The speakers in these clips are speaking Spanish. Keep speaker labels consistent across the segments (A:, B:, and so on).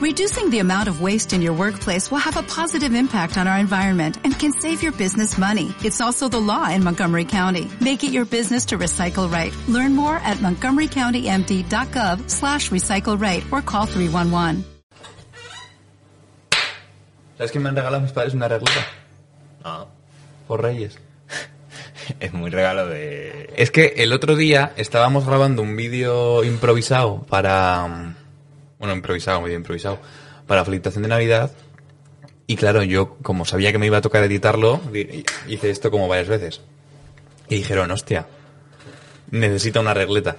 A: Reducing the amount of waste in your workplace will have a positive impact on our environment and can save your business money. It's also the law in Montgomery County. Make it your business to recycle right. Learn more at montgomerycountymd.gov slash recycle right or call 311.
B: ¿Sabes que me han regalado mis padres una regleta?
C: Ah,
B: Por Reyes.
C: es muy regalo de...
B: Es que el otro día estábamos grabando un vídeo improvisado para... mm, Bueno, improvisado, muy improvisado. Para felicitación de Navidad. Y claro, yo como sabía que me iba a tocar editarlo, di- hice esto como varias veces. Y dijeron, hostia, necesita una regleta.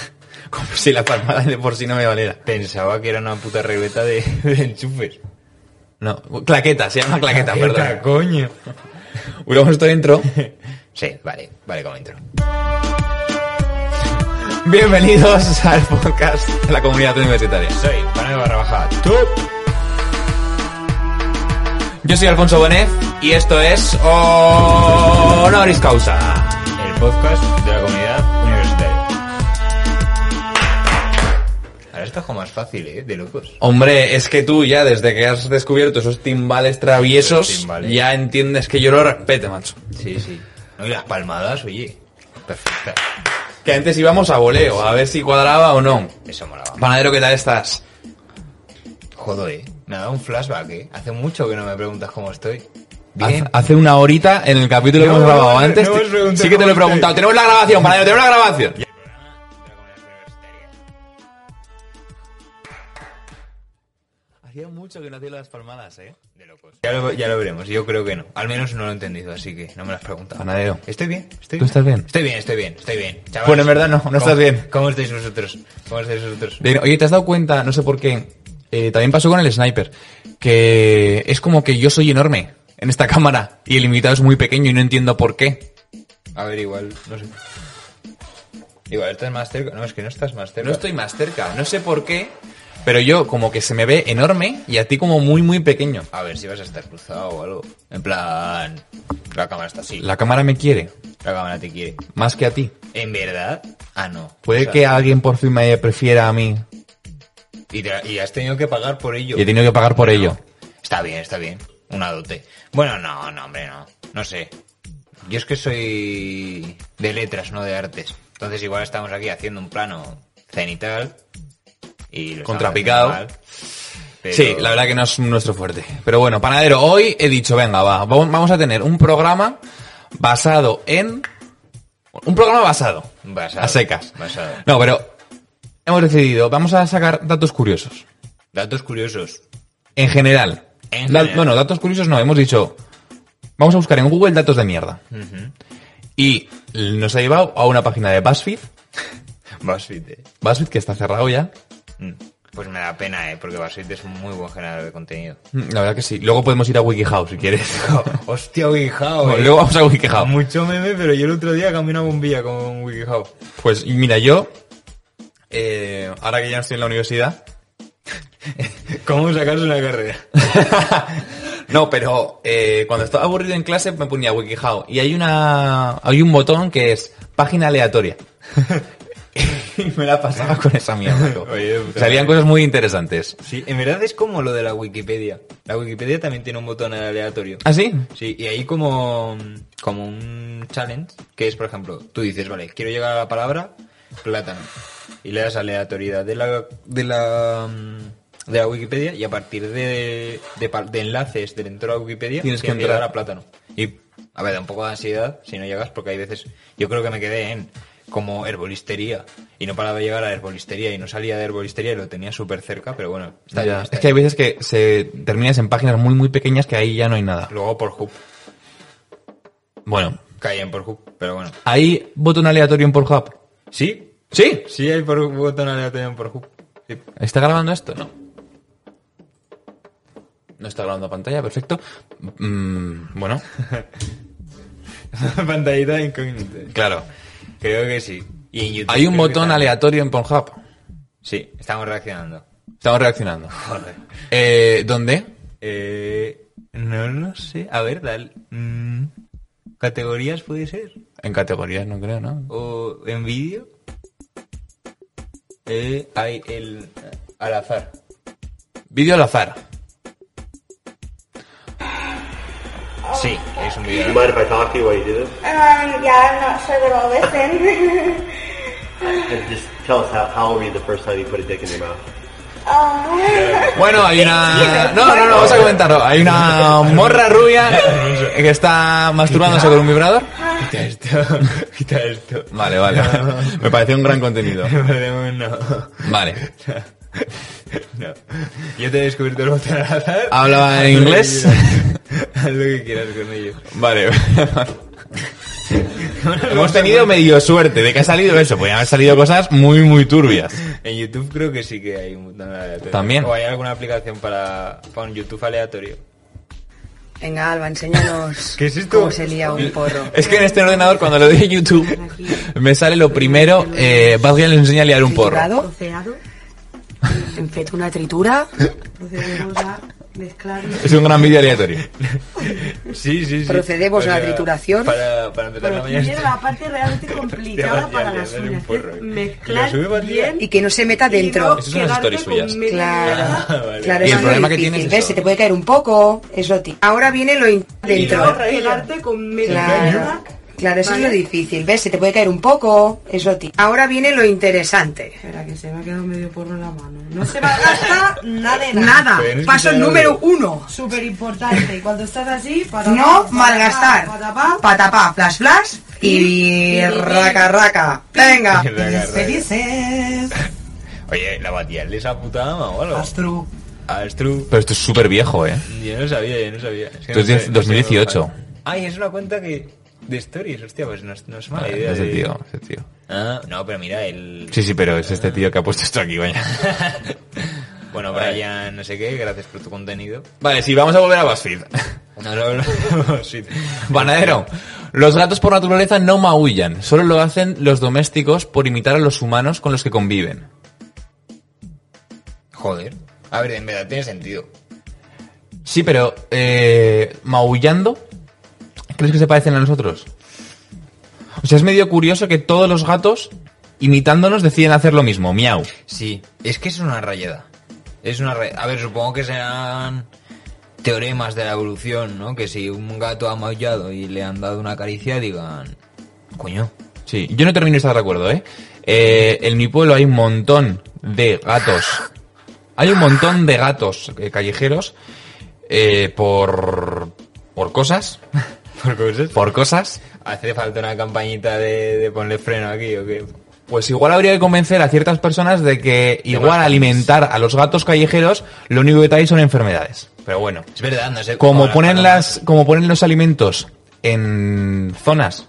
B: como si la palmada de por sí no me valiera.
C: Pensaba que era una puta regleta de, de enchufes.
B: No, claqueta, se llama claqueta,
C: Claqueta,
B: Ah, perdón. coño. Hubiéramos estado dentro.
C: Sí, vale, vale como intro.
B: Bienvenidos al podcast de la comunidad universitaria.
C: Soy Manuel Barra Baja. Tú.
B: Yo soy Alfonso Bonet y esto es Honoris Causa.
C: El podcast de la comunidad universitaria. Ahora está como más fácil, ¿eh? De locos.
B: Hombre, es que tú ya desde que has descubierto esos timbales traviesos,
C: Esos timbales.
B: ya entiendes que yo lo respete, macho.
C: Sí, sí. No, y las palmadas, oye. Perfecta.
B: Que antes íbamos a voleo, a ver si cuadraba o no.
C: Eso molaba.
B: Panadero, ¿qué tal estás?
C: Joder, eh. Me ha dado un flashback, ¿eh? Hace mucho que no me preguntas cómo estoy.
B: Haz- Hace una horita en el capítulo que
C: No,
B: hemos grabado
C: no, no,
B: antes.
C: no
B: te-
C: hemos preguntado
B: sí que te lo he
C: cómo estoy.
B: preguntado. Tenemos la grabación, panadero, tenemos la grabación. Hacía mucho que no hacía las palmadas, eh.
C: De locos. Ya lo, ya lo veremos, yo creo que no. Al menos no lo he entendido, así que no me lo has preguntado.
B: Panadero.
C: Estoy bien, estoy
B: ¿Tú estás bien?
C: Estoy bien, estoy bien, estoy bien. Chavales,
B: Bueno, en verdad no, no
C: ¿cómo-
B: estás bien.
C: ¿Cómo estáis vosotros? ¿Cómo estáis vosotros?
B: De- oye, ¿te has dado cuenta? No sé por qué. eh, también pasó con el sniper. Que es como que yo soy enorme en esta cámara y el invitado es muy pequeño y no entiendo por qué.
C: A ver, igual, no sé. Igual, estás más cerca. No, es que no estás más cerca.
B: No estoy más cerca, no sé por qué. Pero yo como que se me ve enorme y a ti como muy, muy pequeño.
C: A ver si vas a estar cruzado o algo. En plan, la cámara está así. La,
B: La cámara me quiere,
C: cámara te quiere.
B: más que a ti.
C: ¿En verdad? Ah, no.
B: Puede
C: O sea,
B: que alguien por fin me prefiera a mí
C: Y, te- y has tenido que pagar por ello.
B: y he tenido que pagar por ello.
C: Está bien, está bien. Una dote. Bueno, no, no, hombre, no. No sé. Yo es que soy de letras, no de artes. Entonces igual estamos aquí haciendo un plano cenital y lo estamos
B: Contrapicado.
C: haciendo mal. Pero-
B: Sí, la verdad que no es nuestro fuerte. Pero bueno, panadero, hoy he dicho, venga, va, vamos vamos a tener un programa basado en... Un programa basado.
C: Basado,
B: A secas.
C: basado.
B: No, pero hemos decidido, vamos a sacar datos curiosos.
C: Datos curiosos.
B: En general.
C: En
B: Da-
C: general.
B: Bueno, datos curiosos no, hemos dicho, vamos a buscar en Google datos de mierda. Y nos ha llevado a una página de BuzzFeed,
C: BuzzFeed, eh.
B: BuzzFeed que está cerrado ya.
C: Mm. Pues me da pena, eh, porque BuzzFeed es un muy buen generador de contenido.
B: Mm, La verdad que sí. Luego podemos ir a WikiHow si quieres.
C: Hostia, WikiHow,
B: Bueno,
C: eh.
B: Luego vamos a WikiHow.
C: Mucho meme, pero yo el otro día cambié una bombilla con WikiHow.
B: Pues mira, yo, eh, ahora que ya estoy en la universidad,
C: ¿Cómo sacarse una carrera?
B: no, pero eh, cuando estaba aburrido en clase me ponía WikiHow y hay una, hay un botón que es página aleatoria. y me la pasaba con esa mierda. tú.
C: Oye, de puta
B: Salían
C: madre.
B: cosas muy interesantes.
C: Sí, en verdad es como lo de la Wikipedia. La Wikipedia también tiene un botón aleatorio.
B: ¿Ah, sí?
C: Sí, y ahí como, como un challenge, que es, por ejemplo, tú dices, vale, quiero llegar a la palabra plátano. Y le das aleatoriedad de la, de la, mm, de la Wikipedia y a partir de, de, pa- de enlaces del entorno de la Wikipedia
B: Tienes que
C: llegar
B: entrar.
C: a plátano.
B: Y
C: A ver, da un poco de ansiedad si no llegas, porque hay veces. Yo creo que me quedé en como herbolistería y no paraba de llegar a herbolistería y no salía de herbolistería y lo tenía súper cerca, pero bueno, está
B: Ya,
C: bien, está
B: es que hay
C: bien.
B: veces que se terminas en páginas muy, muy pequeñas que ahí ya no hay nada.
C: Luego por Hub,
B: Bueno,
C: caía en por Hub, pero bueno.
B: ¿hay botón aleatorio en Pornhub?
C: ¿Sí?
B: ¿Sí?
C: Sí, hay por botón aleatorio en por Hub. Sí.
B: ¿Está grabando esto? No. No está grabando pantalla, perfecto. Mm, bueno,
C: Pantallita incógnita.
B: claro.
C: Creo que sí. Y en YouTube
B: Hay un
C: creo que
B: botón
C: también.
B: aleatorio en Pornhub.
C: Sí, estamos reaccionando.
B: Estamos reaccionando.
C: Joder.
B: Eh, ¿Dónde?
C: Eh, no lo sé. A ver, dale. mm, ¿Categorías puede ser?
B: En categorías, no creo, ¿no?
C: o en vídeo
B: E,
C: eh, hay el al azar
B: Vídeo al azar.
C: Sí, es un
D: You
C: video.
D: mind if I talk to you while you do this?
E: Um, yeah, I'm not sure that I'll listen.
D: And just tell us how, how old were you the first time you put a dick in your mouth?
E: um,
B: Bueno, hay una... No, no, no, vamos a comentarlo. Hay una morra rubia que está masturbándose con un vibrador.
C: Quita esto. Quita esto.
B: Vale, vale. Me pareció un gran contenido.
C: No.
B: Vale.
C: No. Yo te he descubierto el botón al azar.
B: Hablaba en
C: Haz lo que
B: inglés.
C: quieras. Haz lo que quieras con ello.
B: Vale. Hemos tenido medio suerte de que ha salido eso. Podrían haber salido cosas muy, muy turbias.
C: En YouTube creo que sí que hay un botón aleatorio.
B: También.
C: O hay alguna aplicación para, para un YouTube aleatorio.
F: Venga, Alba, enséñanos
C: ¿Qué es esto?
F: cómo se lía
B: Eh,
F: un porro.
B: Es que en este ordenador, cuando lo doy en YouTube, me sale lo primero, eh, Bad Guy le enseña a liar un porro.
F: Triturado,
G: Troceado,
F: en fet una tritura,
G: procedemos a mezclarlo.
B: Es un gran vídeo aleatorio.
C: Sí, sí, sí.
F: Procedemos a la trituración.
C: Para, para empezar la
G: Pero
C: mañana.
G: primero la parte realmente
C: Ya,
G: complicada
C: ya,
G: para
C: ya,
G: las
C: dale un
G: uñas.
C: porro.
G: que es
C: ¿Y la
G: Mezclar
C: sube para ti?
G: bien.
F: y que no se meta dentro.
B: Eso es unas
G: quedarte
B: stories
G: con
B: suyas.
G: medio-
F: Claro,
C: Ah, vale.
F: claro.
B: Y
F: es
B: el
F: muy
B: problema que
F: difícil.
B: tienes es
F: ¿Ves?
B: eso.
F: Se te puede caer un poco, es lo ti. Ahora viene lo in-
G: Luego
F: dentro.
G: Quedarte con medio
F: Claro, claro, eso es lo
G: Vale.
F: difícil. ¿Ves? Se te puede caer un poco, es lo ti. Ahora viene lo interesante.
G: Espera, que se me ha quedado medio porro en la mano. No se va a gastar nada de nada.
F: Nada,
C: Pero no
F: paso
C: se te
F: número
C: abre.
F: uno.
G: Súper importante. Cuando estás así, para
F: No malgastar.
G: Patapá.
F: Patapá, flash flash y raca raca. Venga.
C: Raca, raca.
F: Eh.
G: Felices.
C: Oye, la Batial es esa puta ama o
F: Ah,
C: algo.
G: Astru.
C: Astru.
B: Pero esto es súper viejo, ¿eh?
C: Yo no sabía, yo no sabía. Es
B: Esto
C: que
B: es
C: no sé,
B: diez-
C: no sé
B: 2018.
C: cómo fue. Ay, es una cuenta que. De stories, hostia, pues no es, no es mala idea.
B: Ese
C: de-
B: tío, ese tío.
C: Ah, no, pero mira, el.
B: Sí, sí, pero es este tío que ha puesto esto aquí, vaya.
C: Bueno, Brian, no sé qué, gracias por tu contenido.
B: Vale, sí, vamos a volver a BuzzFeed.
C: No, no, no, sí.
B: Banadero. Los gatos por naturaleza no maullan, solo lo hacen los domésticos por imitar a los humanos con los que conviven.
C: Joder. A ver, en verdad tiene sentido.
B: Sí, pero eh, maullando, ¿crees que se parecen a nosotros? O sea, es medio curioso que todos los gatos, imitándonos, deciden hacer lo mismo, miau.
C: Sí, es que es una rayada. Es una ra- A ver, supongo que serán teoremas de la evolución, ¿no? Que si un gato ha maullado y le han dado una caricia, digan, coño.
B: Sí, yo no termino de estar de acuerdo, ¿eh? Eh, En mi pueblo hay un montón de gatos. Hay un montón de gatos eh, callejeros eh, por, por cosas. Por cosas.
C: ¿Hace falta una campañita de, de ponle freno aquí o qué?
B: Pues igual habría que convencer a ciertas personas de que igual
C: bastante.
B: alimentar a los gatos callejeros lo único que trae son enfermedades. Pero bueno,
C: Es verdad, no sé.
B: como
C: las
B: ponen
C: palomas.
B: las, como ponen los alimentos en zonas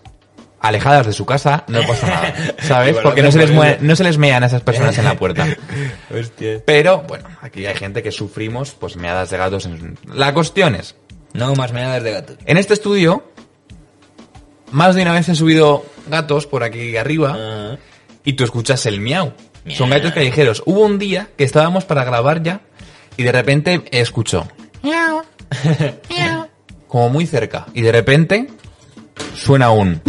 B: alejadas de su casa, no pasa nada, ¿sabes?
C: Igual
B: Porque no
C: hacen
B: se les
C: por
B: mue-
C: eso.
B: no se les mean a esas personas en la puerta.
C: Hostia.
B: Pero bueno, aquí hay gente que sufrimos pues meadas de gatos. En... La cuestión es,
C: No, más meadas de gato.
B: en este estudio más de una vez he subido gatos por aquí arriba
C: Ah.
B: y tú escuchas el miau.
C: Miau.
B: Son gatos callejeros. Hubo un día que estábamos para grabar ya y de repente escuchó miau, miau, como muy cerca. Y de repente suena un...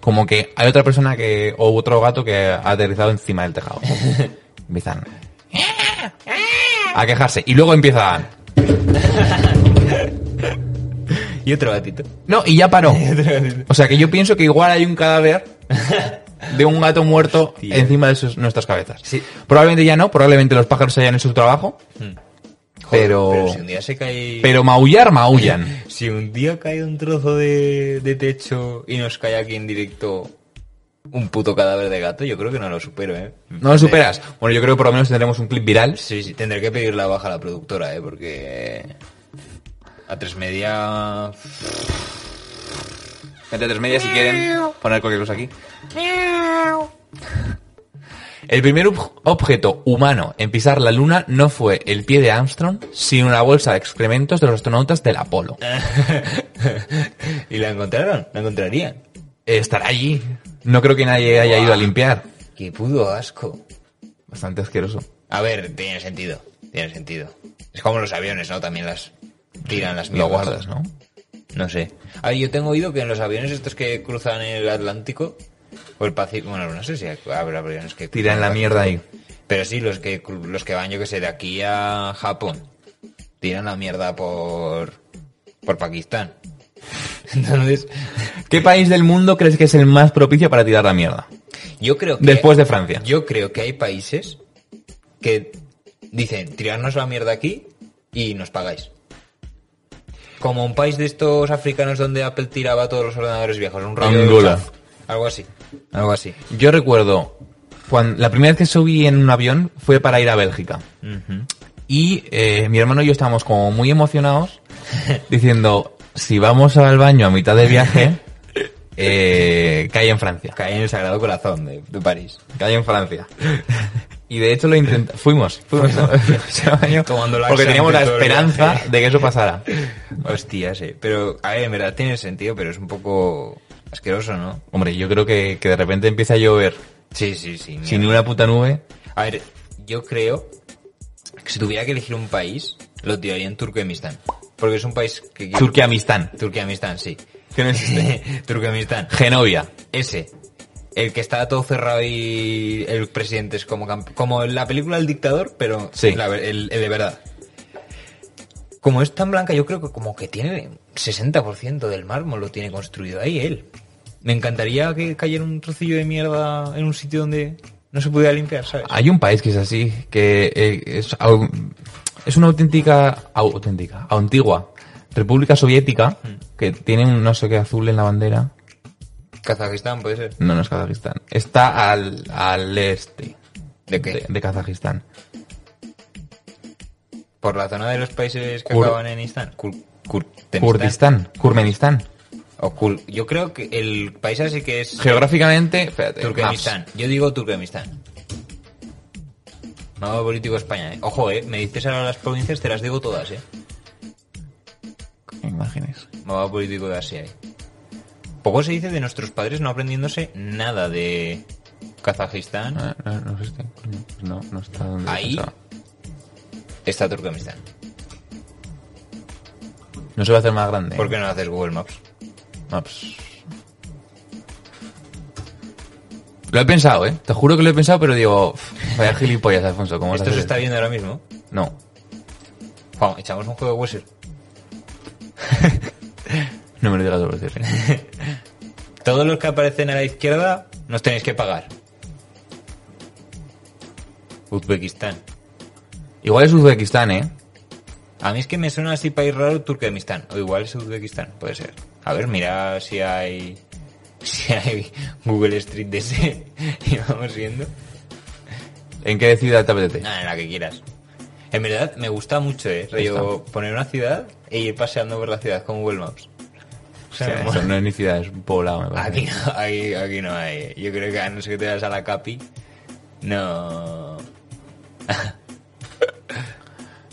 B: Como que hay otra persona que o otro gato que ha aterrizado encima del tejado. Empiezan a quejarse y luego empieza...
C: Y otro gatito.
B: No, y ya paró. O sea que yo pienso que igual hay un cadáver de un gato muerto encima de sus- nuestras cabezas.
C: Sí. Hmm.
B: Probablemente ya no, probablemente los pájaros hayan hecho su trabajo,
C: Joder,
B: pero,
C: pero
B: pero,
C: si un día se cae.
B: maullar, maullan.
C: Si un día cae un trozo de, de techo y nos cae aquí en directo un puto cadáver de gato, yo creo que no lo supero, ¿eh?
B: No lo superas. Bueno, yo creo que por lo menos tendremos un clip viral.
C: Sí, sí, tendré que pedir la baja a la productora, ¿eh? Porque a tres media...
B: Entre tres medias si quieren poner cualquier cosa aquí. El primer ob- objeto humano en pisar la luna no fue el pie de Armstrong, sino una bolsa de excrementos de los astronautas del Apolo.
C: y la encontraron, la encontrarían.
B: Estará allí. No creo que nadie haya ido a limpiar.
C: ¡Qué puto asco!
B: Bastante asqueroso.
C: A ver, tiene sentido, tiene sentido. Es como los aviones, ¿no? También las tiran las
B: Lo
C: mierdas.
B: guardas, ¿no?
C: No sé. A ver, yo tengo oído que en los aviones estos que cruzan el Atlántico o el Pacífico, bueno, no sé si habrá aviones que
B: Tiran
C: cruzan
B: la
C: el
B: mierda ahí.
C: Pacífico. Pero sí, los que, los que van, yo que sé, de aquí a Japón, tiran la mierda por, por Pakistán. Entonces,
B: ¿Qué país del mundo crees que es el más propicio para tirar la mierda?
C: yo creo que...
B: Después de Francia.
C: Yo creo que hay países que dicen, tirarnos la mierda aquí y nos pagáis. Como un país de estos africanos donde Apple tiraba todos los ordenadores viejos, un rollo de
B: Angola.
C: Ursaf. Algo así, algo así.
B: Yo recuerdo, cuando, la primera vez que subí en un avión fue para ir a Bélgica. Y eh, mi hermano y yo estábamos como muy emocionados diciendo, si vamos al baño a mitad de viaje, eh, cae en Francia.
C: Cae en el Sagrado Corazón de, de París.
B: Cae en Francia. Y de hecho lo intentamos. Fuimos. Fuimos, fuimos al baño
C: Tomando laxante
B: porque teníamos la
C: todo el viaje.
B: esperanza de que eso pasara.
C: Hostia, sí. Pero, a ver, en verdad tiene sentido, pero es un poco asqueroso, ¿no?
B: Hombre, yo creo que, que de repente empieza a llover
C: Sí, sí, sí. mira.
B: sin ni una puta nube.
C: A ver, yo creo que si tuviera que elegir un país, lo tiraría en Turkmenistán. Porque es un país que...
B: Turquiamistán.
C: Turkmenistán, sí.
B: Que no existe.
C: Turkmenistán.
B: Genovia.
C: Ese. El que está todo cerrado y el presidente es como, camp- como en la película El Dictador, pero
B: Sí.
C: la ver- el, el de verdad. Como es tan blanca, yo creo que como que tiene 60% del mármol lo tiene construido ahí él. Me encantaría que cayera un trocillo de mierda en un sitio donde no se pudiera limpiar, ¿sabes?
B: Hay un país que es así, que eh, es, au- es una auténtica, au- auténtica, antigua República Soviética, que tiene un no sé qué azul en la bandera.
C: Kazajistán puede ser.
B: No, no es Kazajistán. Está al, al este
C: ¿De qué?
B: de, de Kazajistán.
C: Por la zona de los países que
B: Kur-
C: acaban en Istán. Kur- Kurtenistán.
B: Kurdistán, Kurmenistán.
C: O Kul- Yo creo que el país así que es...
B: Geográficamente, espérate,
C: Turkmenistán. Yo digo Turkmenistán. Mapa político España, eh. Ojo, eh. Me dices ahora las provincias, te las digo todas, eh.
B: maps, imágenes.
C: Mapa político de Asia, eh. Poco se dice de nuestros padres no aprendiéndose nada de Kazajistán.
B: Ah, No, no, existe. no, no está donde
C: Ahí.
B: pensaba.
C: Está Turkmenistán.
B: No se va a hacer más grande.
C: ¿Por qué no haces Google Maps?
B: Maps. Lo he pensado, ¿eh? Te juro que lo he pensado, pero digo, "Uf, vaya gilipollas, Alfonso, ¿cómo vas a
C: Esto se
B: hacer
C: está
B: esto?".
C: viendo ahora mismo.
B: No,
C: Vamos, echamos un juego de Wizard.
B: no me lo digas sobre decir.
C: Todos los que aparecen a la izquierda nos tenéis que pagar. Uzbekistán.
B: Igual es Uzbekistán, ¿eh?
C: A mí es que me suena así país raro Turkmenistán. O igual es Uzbekistán, puede ser. A ver, mira si hay. Si hay Google Street de ese. Y vamos viendo.
B: ¿En qué ciudad te apetece?
C: Nada, en la que quieras. En verdad, me gusta mucho, eh. Rollo, poner una ciudad e ir paseando por la ciudad con Google Maps. O
B: O
C: sea,
B: sea,
C: me
B: eso
C: mola.
B: no es ni ciudad, es un poblado, me parece.
C: Aquí no, aquí, aquí no hay. Yo creo que a no ser que te vas a la Capi. No.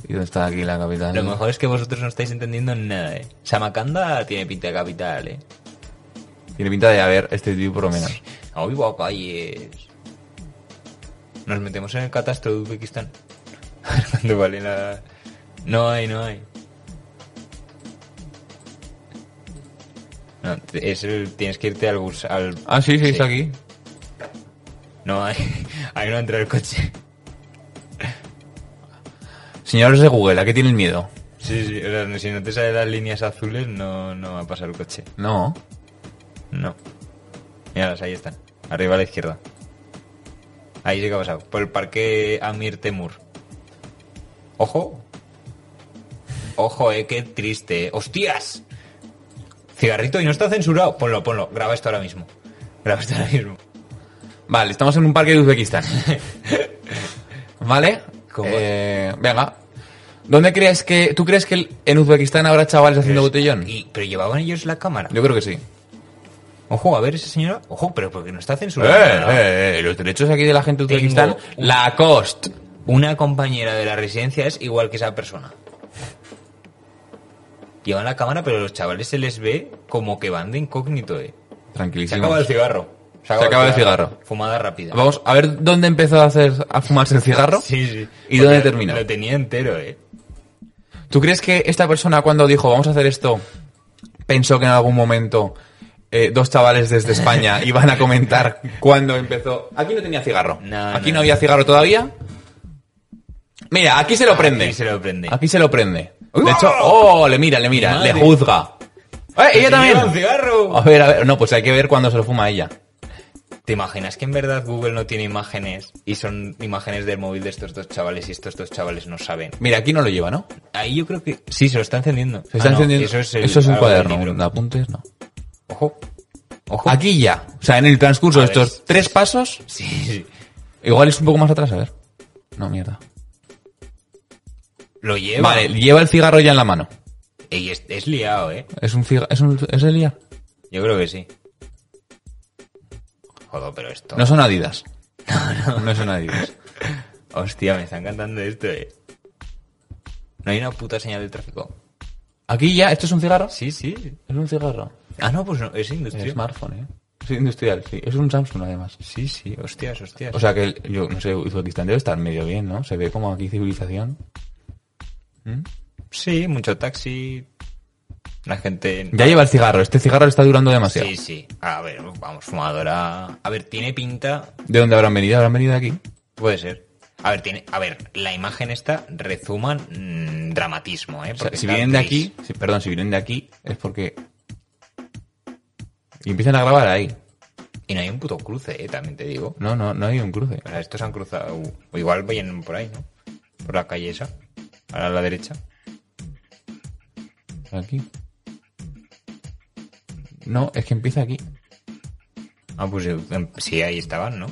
B: ¿Y dónde está aquí la capital?
C: Lo mejor es que vosotros no estáis entendiendo nada, eh. Samarcanda tiene pinta de capital, eh.
B: Tiene pinta de haber este tipo por lo menos.
C: Hoy va calles. Nos metemos en el catastro de Uzbekistán. Cuando vale la... No hay, no hay. No, te- es el- tienes que irte al bus. Al...
B: Ah, sí, sí, está aquí.
C: No hay. Ahí no entra el coche.
B: Señores de Google, ¿a qué tienen miedo?
C: Sí, sí. o sea, no- si no te salen las líneas azules, no, no va a pasar el coche.
B: No.
C: No. Míralas, ahí están. Arriba a la izquierda. Ahí sí que ha pasado. Por el parque Amir Temur. Ojo. Ojo, eh, qué triste. eh. ¡Hostias! Cigarrito y no está censurado. Ponlo, ponlo. Graba esto ahora mismo. Graba esto ahora mismo.
B: Vale, estamos en un parque de Uzbekistán. ¿Vale?
C: ¿Cómo?
B: Eh, venga. ¿Dónde crees que... ¿Tú crees que el- en Uzbekistán habrá chavales haciendo botellón?
C: Y- pero llevaban ellos la cámara.
B: Yo creo que sí.
C: Ojo, a ver esa señora. Ojo, pero porque no está
B: Eh,
C: censurado. Nada.
B: eh, eh, los derechos aquí de la gente de Uzbekistán,
C: Tengo un-
B: la cost.
C: Una compañera de la residencia es igual que esa persona. Llevan la cámara, pero los chavales se les ve como que van de incógnito, eh. Se
B: Tranquilísimo.
C: acaba el cigarro.
B: Se acaba el cigarro.
C: Fumada rápida.
B: Vamos a ver dónde empezó a hacer a fumarse el cigarro.
C: Sí, sí.
B: ¿Y dónde
C: Porque
B: terminó?
C: Lo tenía entero, eh.
B: ¿Tú crees que esta persona cuando dijo vamos a hacer esto pensó que en algún momento eh, dos chavales desde España iban a comentar cuando empezó. Aquí no tenía cigarro.
C: No,
B: aquí
C: no.
B: no había cigarro todavía. Mira, aquí se lo prende.
C: se lo prende. ¡Uh!
B: Aquí se lo prende. De hecho, oh, le mira, le mira,
C: Madre.
B: le juzga. ¡Eh, ella
C: Lleva un
B: también!
C: cigarro!
B: A ver, a ver, no, pues hay que ver cuándo se lo fuma ella.
C: ¿Te imaginas que en verdad Google no tiene imágenes y son imágenes del móvil de estos dos chavales y estos dos chavales no saben?
B: Mira, aquí no lo lleva, ¿no?
C: Ahí yo creo que... Sí, se lo está encendiendo.
B: Se está
C: Ah, no,
B: encendiendo.
C: Eso es, el-
B: un
C: algo del
B: cuaderno.
C: libro.
B: De apuntes, no.
C: Ojo. Ojo.
B: Aquí ya. O sea, en el transcurso de
C: A ver.
B: estos tres pasos,
C: Sí, sí.
B: igual es un poco más atrás, a ver. No, mierda.
C: Lo lleva.
B: Vale, lleva el cigarro ya en la mano.
C: Ey, es, es liado, ¿eh?
B: Es un cigarro. ¿Es, un, es el día?
C: Yo creo que sí. Joder, pero esto...
B: No son Adidas. No, no. No son Adidas.
C: Hostia, me está encantando esto, ¿eh? No hay una puta señal de tráfico.
B: Aquí ya, ¿esto es un cigarro?
C: Sí, sí.
B: Es un cigarro.
C: Ah, no, pues no, es industrial.
B: Es smartphone, ¿eh? Es industrial, sí. Es un Samsung, además.
C: Sí, sí, hostias, hostias.
B: O sea que, el- yo no sé, Uzbekistán debe estar medio bien, ¿no? Se ve como aquí civilización.
C: sí, mucho taxi. La gente.
B: Ya lleva el cigarro. Este cigarro le está durando demasiado.
C: Sí, sí. A ver, vamos, fumadora. A ver, tiene pinta.
B: ¿De dónde habrán venido? ¿Habrán venido de aquí?
C: Puede ser. A ver, tiene. A ver, la imagen esta rezuman mm, dramatismo, ¿eh?
B: O sea, si
C: está
B: vienen de
C: gris.
B: aquí, si- perdón, si vienen de aquí es porque y empiezan a grabar ahí.
C: Y no hay un puto cruce, ¿eh? También te digo.
B: No, no, no hay un cruce.
C: O sea, estos han cruzado. o igual vayan por ahí, ¿no? Por la calle esa. A la derecha.
B: Aquí. No, es que empieza aquí.
C: Ah, pues eh, sí, ahí estaban, ¿no?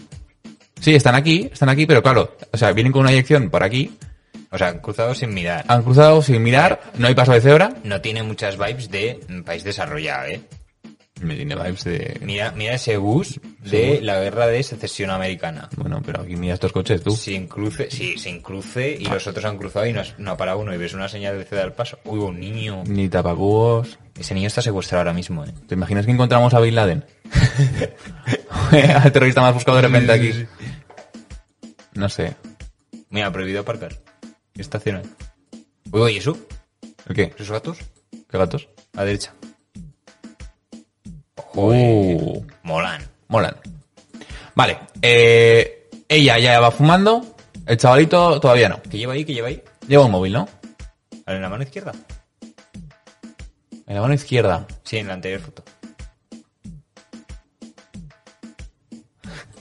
B: Sí, están aquí, están aquí, pero claro, o sea, vienen con una eyección por aquí,
C: O sea, han cruzado sin mirar.
B: han cruzado sin mirar, no hay paso de cebra.
C: No tiene muchas vibes de mm, país desarrollado, ¿eh?
B: Me tiene vibes de
C: Mira, mira ese bus de la guerra de secesión americana.
B: bueno, pero aquí mira estos coches tú.
C: Sin cruce, sí, sin cruce y los otros han cruzado y no, has- no ha parado uno y ves una señal de ceda al paso. Uy, un niño.
B: Ni tapacubos.
C: Ese niño está secuestrado ahora mismo, ¿eh?
B: ¿Te imaginas que encontramos a Bin Laden? Al terrorista más buscado de repente aquí. No sé.
C: Mira, prohibido aparcar. Estacionar. Uy, uy, eso.
B: ¿El qué?
C: ¿Esos gatos?
B: ¿Qué gatos?
C: A derecha.
B: Oh,
C: Molan.
B: molan. Vale, eh, ella ya va fumando, el chavalito todavía no.
C: ¿Qué lleva ahí? ¿Qué lleva ahí?
B: Lleva un móvil, ¿no?
C: ¿En la mano izquierda?
B: En la mano izquierda.
C: Sí, en la anterior foto.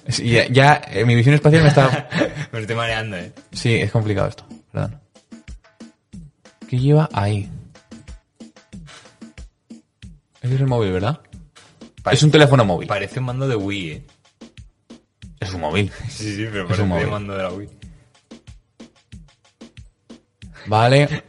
B: Sí, Ya, ya, eh, mi visión espacial me está...
C: Me estoy mareando, ¿eh?
B: Sí, es complicado esto, perdón. ¿Qué lleva ahí? Ese es el móvil, ¿verdad? es un teléfono móvil.
C: Parece un mando de Wii, ¿eh?
B: Es un móvil.
C: Sí, sí, pero
B: Es un
C: parece
B: móvil.
C: un mando de la Wii.
B: Vale.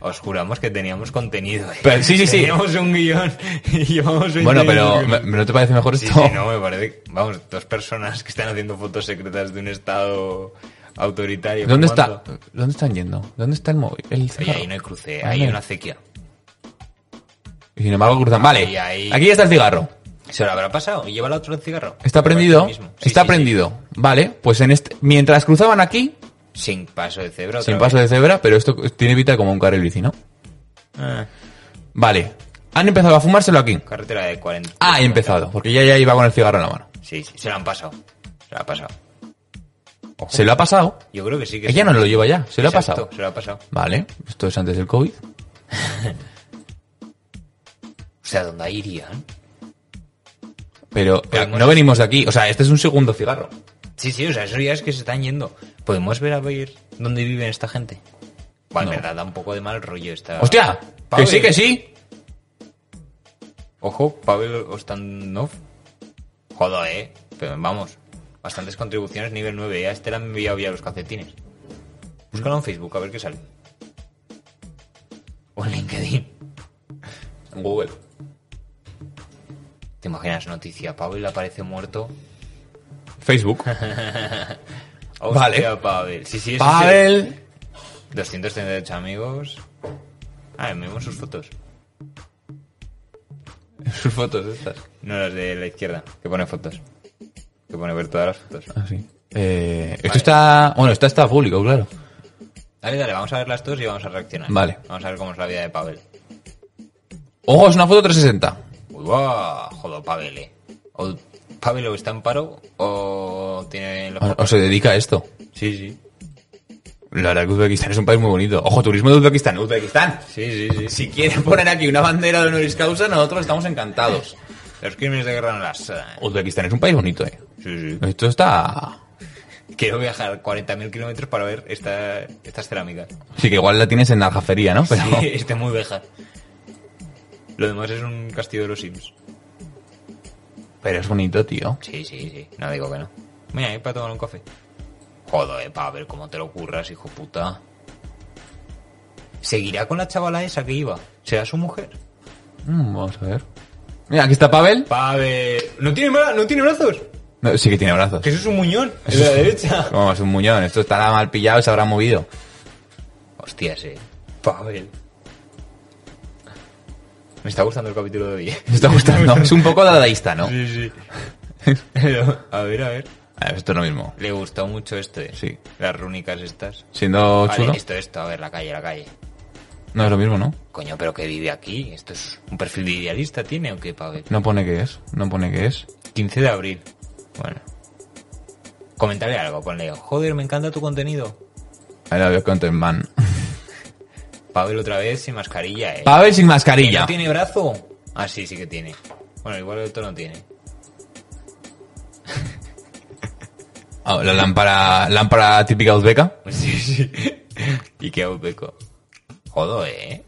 C: Os juramos que teníamos contenido. ¿eh?
B: Pero- sí, sí, sí.
C: Teníamos un guión y llevamos 20
B: Bueno, pero
C: minutos.
B: ¿me- me- ¿no te parece mejor
C: Sí,
B: esto?
C: sí, no, me parece... Vamos, dos personas que están haciendo fotos secretas de un estado autoritario.
B: ¿Dónde
C: fumando.
B: está? ¿Dónde están yendo? ¿Dónde está el móvil? El
C: Oye,
B: cigarro.
C: ahí no hay cruce,
B: Ah,
C: ahí
B: no.
C: hay una acequia.
B: Y sin embargo cruzan. Vale,
C: Ahí, ahí.
B: aquí ya está el cigarro.
C: ¿Se lo habrá pasado? ¿Y lleva la otra el cigarro?
B: Está
C: Me parece
B: prendido.
C: lo mismo. Sí,
B: está
C: sí,
B: prendido. Vale, pues en este, mientras cruzaban aquí,
C: sí. Sin paso de cebra.
B: sin paso de cebra, pero esto tiene pinta como un carril bici, ¿no?
C: Ah.
B: Vale, han empezado a fumárselo aquí.
C: Carretera de 40.
B: Ah, he empezado, porque ya, ya iba con el cigarro en la mano.
C: Sí, sí, se lo han pasado. Se lo ha pasado.
B: Se lo ha pasado.
C: Yo creo que sí que
B: Ella
C: sí.
B: no lo lleva ya, se lo ha
C: Exacto,
B: pasado.
C: Se lo ha pasado.
B: Vale, esto es antes del COVID.
C: O sea, ¿dónde irían?
B: Pero eh,
C: Podemos-
B: no venimos de aquí, o sea, este es un segundo cigarro.
C: Sí, sí, o sea, eso ya es que se están yendo. ¿Podemos ver a ver dónde viven esta gente? Bueno, en
B: No.
C: verdad da un poco de mal rollo esta...
B: ¡Hostia!
C: Pavel.
B: ¡Que sí, que sí!
C: Ojo, Pavel Ostanov. Joder, eh. Pero vamos, bastantes contribuciones nivel 9. Ya este le han enviado ya los calcetines. Búscalo en Facebook a ver qué sale. O en LinkedIn.
B: Google.
C: ¿Te imaginas noticia? Pavel aparece muerto.
B: Facebook. Vale.
C: Hostia, Pavel. Sí, sí, sí, sí.
B: Pavel.
C: 238 amigos. Ah, vemos sus fotos.
B: Sus fotos estas.
C: No, las de la izquierda, que pone fotos. Que pone ver todas las fotos.
B: Ah, sí. Eh, Esto está. Bueno, esto está público, claro.
C: Dale, dale, vamos a verlas todas y vamos a reaccionar.
B: Vale.
C: Vamos a ver cómo es la vida de Pavel.
B: Ojo, es una foto 360.
C: Muy va, jodo, Pavele. O Pavele o está en paro o tiene... los-
B: O, o se dedica a esto.
C: Sí, sí.
B: La verdad que Uzbekistán es un país muy bonito. Ojo, turismo de Uzbekistán. Uzbekistán.
C: Sí, sí, sí.
B: Si quieren poner aquí una bandera de honoris causa, nosotros estamos encantados.
C: Los crímenes de guerra no las... eh,
B: Uzbekistán es un país bonito, eh.
C: Sí,
B: Esto está...
C: sí. Quiero viajar 40.000 kilómetros para ver esta, estas cerámicas.
B: Sí que igual la tienes en la jafería, ¿no? Pero...
C: Sí, está muy vieja. Lo demás es un castillo de los Sims.
B: Pero es bonito, tío.
C: Sí, sí, sí. No digo que no. Mira, ahí para tomar un café. Joder, pa' ver cómo te lo curras, hijo puta. ¿Seguirá con la chavala esa que iba? ¿Será su mujer?
B: Mm, vamos a ver. Mira, aquí está Pavel.
C: Pave... ¿No tiene, bra- ¿No tiene brazos?
B: No, sí que tiene brazos.
C: Que eso es un muñón. Es de la derecha.
B: Como es un muñón. Esto estará mal pillado y se habrá movido.
C: Hostia, sí. Pavel. Me está gustando el capítulo de hoy. eh.
B: Me está gustando. es un poco dadaísta, ¿no?
C: Sí, sí. Pero, a ver,
B: A
C: a ver.
B: ver, Ah, esto es lo mismo.
C: Le gustó mucho este.
B: Sí.
C: Las rúnicas estas.
B: Siendo
C: Vale,
B: chulo.
C: esto, esto. A ver, la calle, la calle.
B: No es lo mismo, ¿no?
C: Coño, pero que vive aquí. ¿Esto es un perfil de idealista tiene o qué, Pavel?
B: No pone que es. No pone que es.
C: 15 de abril. Bueno. Comentale algo, ponle. Joder, me encanta tu contenido.
B: Ahora veo Content Man.
C: Pavel otra vez sin mascarilla, eh.
B: Pavel sin
C: ¿Que
B: mascarilla.
C: ¿No tiene brazo? Ah, sí, sí que tiene. Bueno, igual esto no tiene.
B: Ah, la lámpara, lámpara típica uzbeca.
C: Sí, sí. y qué aupeco. Jodo, eh.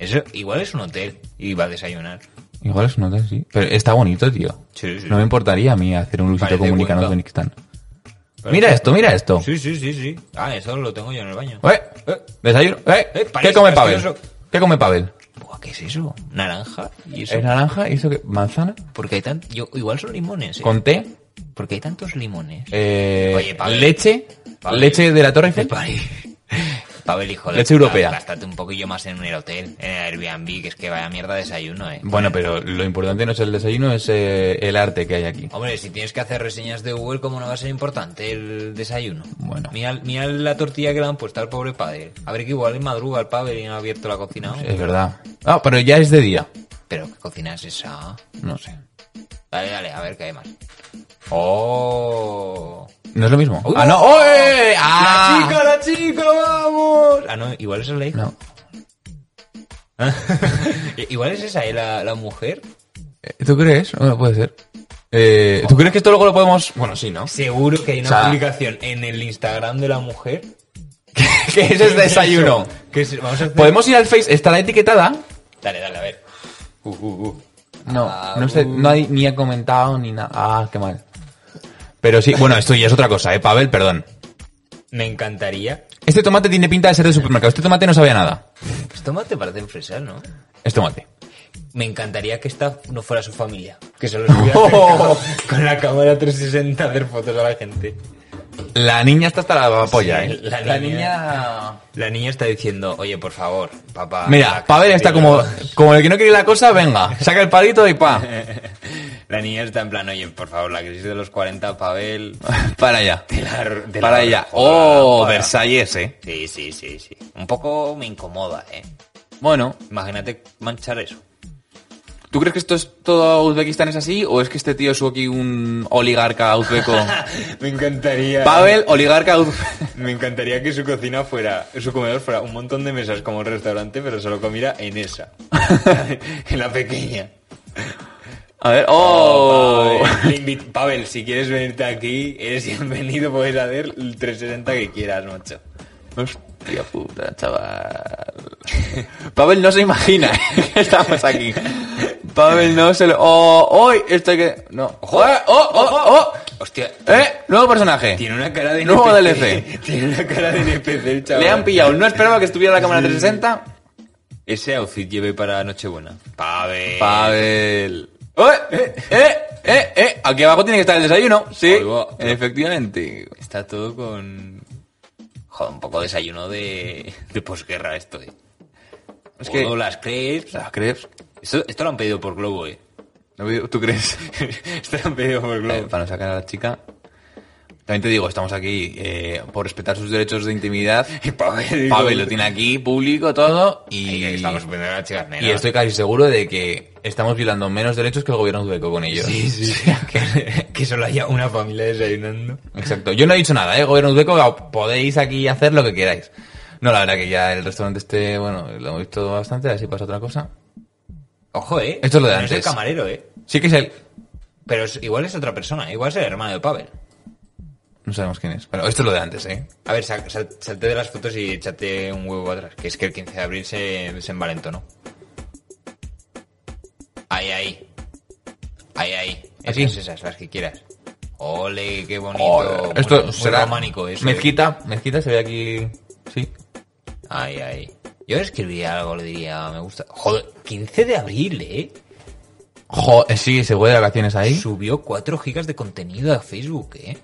C: Eso igual es un hotel y va a desayunar.
B: Igual es un hotel, sí. Pero está bonito, tío.
C: Sí, sí.
B: No me importaría a mí hacer un Luisito
C: Parece
B: Comunica en
C: Cuenca.
B: Uzbekistán. Mira esto, mira esto.
C: Sí, sí, sí, sí. Ah, eso lo tengo yo en el baño.
B: Eh, eh, desayuno. Eh,
C: Eh,
B: ¿Qué
C: parece
B: come Pavel?
C: gracioso.
B: ¿Qué come Pavel?
C: Buah, ¿qué es eso? Naranja y eso.
B: ¿Es naranja? ¿Y eso qué? ¿Manzana?
C: Porque hay tantos... Igual son limones, ¿eh?
B: ¿Con té?
C: Porque hay tantos limones.
B: Eh,
C: Oye, Pavel.
B: ¿Leche?
C: Pavel.
B: ¿Leche de la Torre Eiffel?
C: Pavel, hijo de...
B: Leche
C: puta,
B: europea.
C: Gástate un poquillo más en el hotel, en el Airbnb, que es que vaya mierda desayuno, eh.
B: Bueno, pero lo importante no es el desayuno, es eh, el arte que hay aquí.
C: Hombre, si tienes que hacer reseñas de Google, ¿cómo no va a ser importante el desayuno?
B: Bueno.
C: Mira, mira la tortilla que le han puesto al pobre Pavel. A ver, que igual en madruga el Pavel y no ha abierto la cocina aún.
B: Es verdad. Ah, pero ya es de día.
C: Pero, ¿qué cocina es esa?
B: No sé.
C: Dale, dale, a ver qué hay más. ¡Oh!
B: No es lo mismo.
C: ¡Uy!
B: ah, no. ¡Oh, eh! ¡Ah!
C: ¡La chica, la chica, vamos! Ah, no, igual esa es la hija.
B: No.
C: igual es esa, ¿eh? La, la mujer.
B: Eh, ¿Tú crees? Bueno, puede ser. Eh, ¿Tú crees que esto luego lo podemos...? Bueno, sí, ¿no?
C: Seguro que hay una
B: O sea-
C: publicación en el Instagram de la mujer.
B: que ese es desayuno. Pues-
C: ¿Qué es? Vamos a hacer...
B: ¿Podemos ir al Face? ¿Estará etiquetada?
C: Dale, dale, a ver. Uh, uh, uh.
B: No,
C: Ah,
B: no sé,
C: uh.
B: no hay, ni ha comentado ni nada. Ah, qué mal. Pero sí, bueno, esto ya es otra cosa, eh, Pavel, perdón.
C: Me encantaría.
B: Este tomate tiene pinta de ser de supermercado. Este tomate no sabía nada.
C: Pues tomate para hacer fresal, ¿no?
B: Es tomate.
C: Me encantaría que esta no fuera su familia. Que solo estuviera
B: Oh.
C: con- con la cámara 360 a hacer fotos a la gente.
B: La niña está hasta la polla,
C: Sí,
B: eh.
C: la niña- La niña está diciendo, oye, por favor, papá.
B: Mira, Pavel está como, como el que no quiere la cosa, venga, saca el palito y pa.
C: Eh, La niña está en plan, oye, por favor, la crisis de los 40, Pavel.
B: Para allá.
C: te la- te la-
B: Para allá.
C: joder,
B: Oh,
C: para.
B: Versalles, eh.
C: Sí, sí, sí, sí. Un poco me incomoda, ¿eh?
B: Bueno,
C: Imagínate manchar eso.
B: ¿tú crees que esto es todo Uzbekistán es así? ¿O es que este tío es aquí un oligarca uzbeco?
C: me encantaría.
B: Pavel, oligarca uzbeco.
C: Me encantaría que su cocina fuera, su comedor fuera un montón de mesas como un restaurante, pero solo comiera en esa. en la pequeña.
B: A ver, oh.
C: Pavel, le invi- Pavel, si quieres venirte aquí, eres bienvenido, puedes hacer el 360 que quieras, macho.
B: Hostia puta, chaval. Pavel no se imagina que estamos aquí. Pavel no se lo... ¡Oh! ¡Hoy! Esto hay que... No. ¡Oh! ¡Oh! ¡Oh! oh.
C: Hostia,
B: eh Nuevo personaje.
C: tiene una cara de
B: Nuevo
C: NPC.
B: DLC.
C: Tiene una cara de NPC el chaval.
B: Le han pillado. No esperaba que estuviera la cámara
C: Mm.
B: 360.
C: Ese outfit lleve para Nochebuena. Pavel.
B: Pavel. ¡Oh! ¡Eh! ¡Eh! ¡Eh! ¡Eh! Aquí abajo tiene que estar el desayuno. Sí.
C: Ahí va.
B: Efectivamente.
C: Está todo con... Joder, un poco desayuno de, de posguerra esto, eh.
B: Es
C: Es
B: que-
C: que... las crepes.
B: ¿Las crees?
C: Esto, esto lo han pedido por Globo, eh.
B: ¿Tú crees?
C: esto lo han pedido por
B: Eh,
C: Globo.
B: para no sacar a la chica. También te digo, estamos aquí eh, por respetar sus derechos de intimidad.
C: Pavel, eh,
B: Pavel lo tiene aquí, público, todo. Y,
C: estamos poniendo a la chica nena.
B: y estoy casi seguro de que estamos violando menos derechos que el gobierno sueco con ellos.
C: Sí, sí. que, que solo haya una familia desayunando.
B: Exacto. Yo no he dicho nada, ¿eh? Gobierno sueco, podéis aquí hacer lo que queráis. No, la verdad que ya el restaurante este, bueno, lo hemos visto bastante, así pasa otra cosa.
C: Ojo, eh.
B: Esto es lo de
C: No
B: antes.
C: es el camarero, eh.
B: Sí que es él.
C: Pero es- igual es otra persona. Igual es el hermano de Pavel.
B: No sabemos quién es. Pero esto es lo de antes, ¿eh?
C: A ver, sa- sal- salte de las fotos y échate un huevo atrás. Que es que el 15 de abril se, se envalentonó. Ahí, ahí. Ahí, ahí.
B: Aquí.
C: Esas, esas, las que quieras. Ole, qué bonito.
B: Joder, esto
C: muy, muy
B: será
C: románico eso. eh.
B: Mezquita, mezquita se ve aquí. Sí.
C: Ay, ay. Yo escribiría algo, le diría, me gusta. Joder, 15 de abril, ¿eh?
B: Jo, eh, sí, se fue de vacaciones ahí.
C: Subió 4 gigas de contenido a Facebook, ¿eh?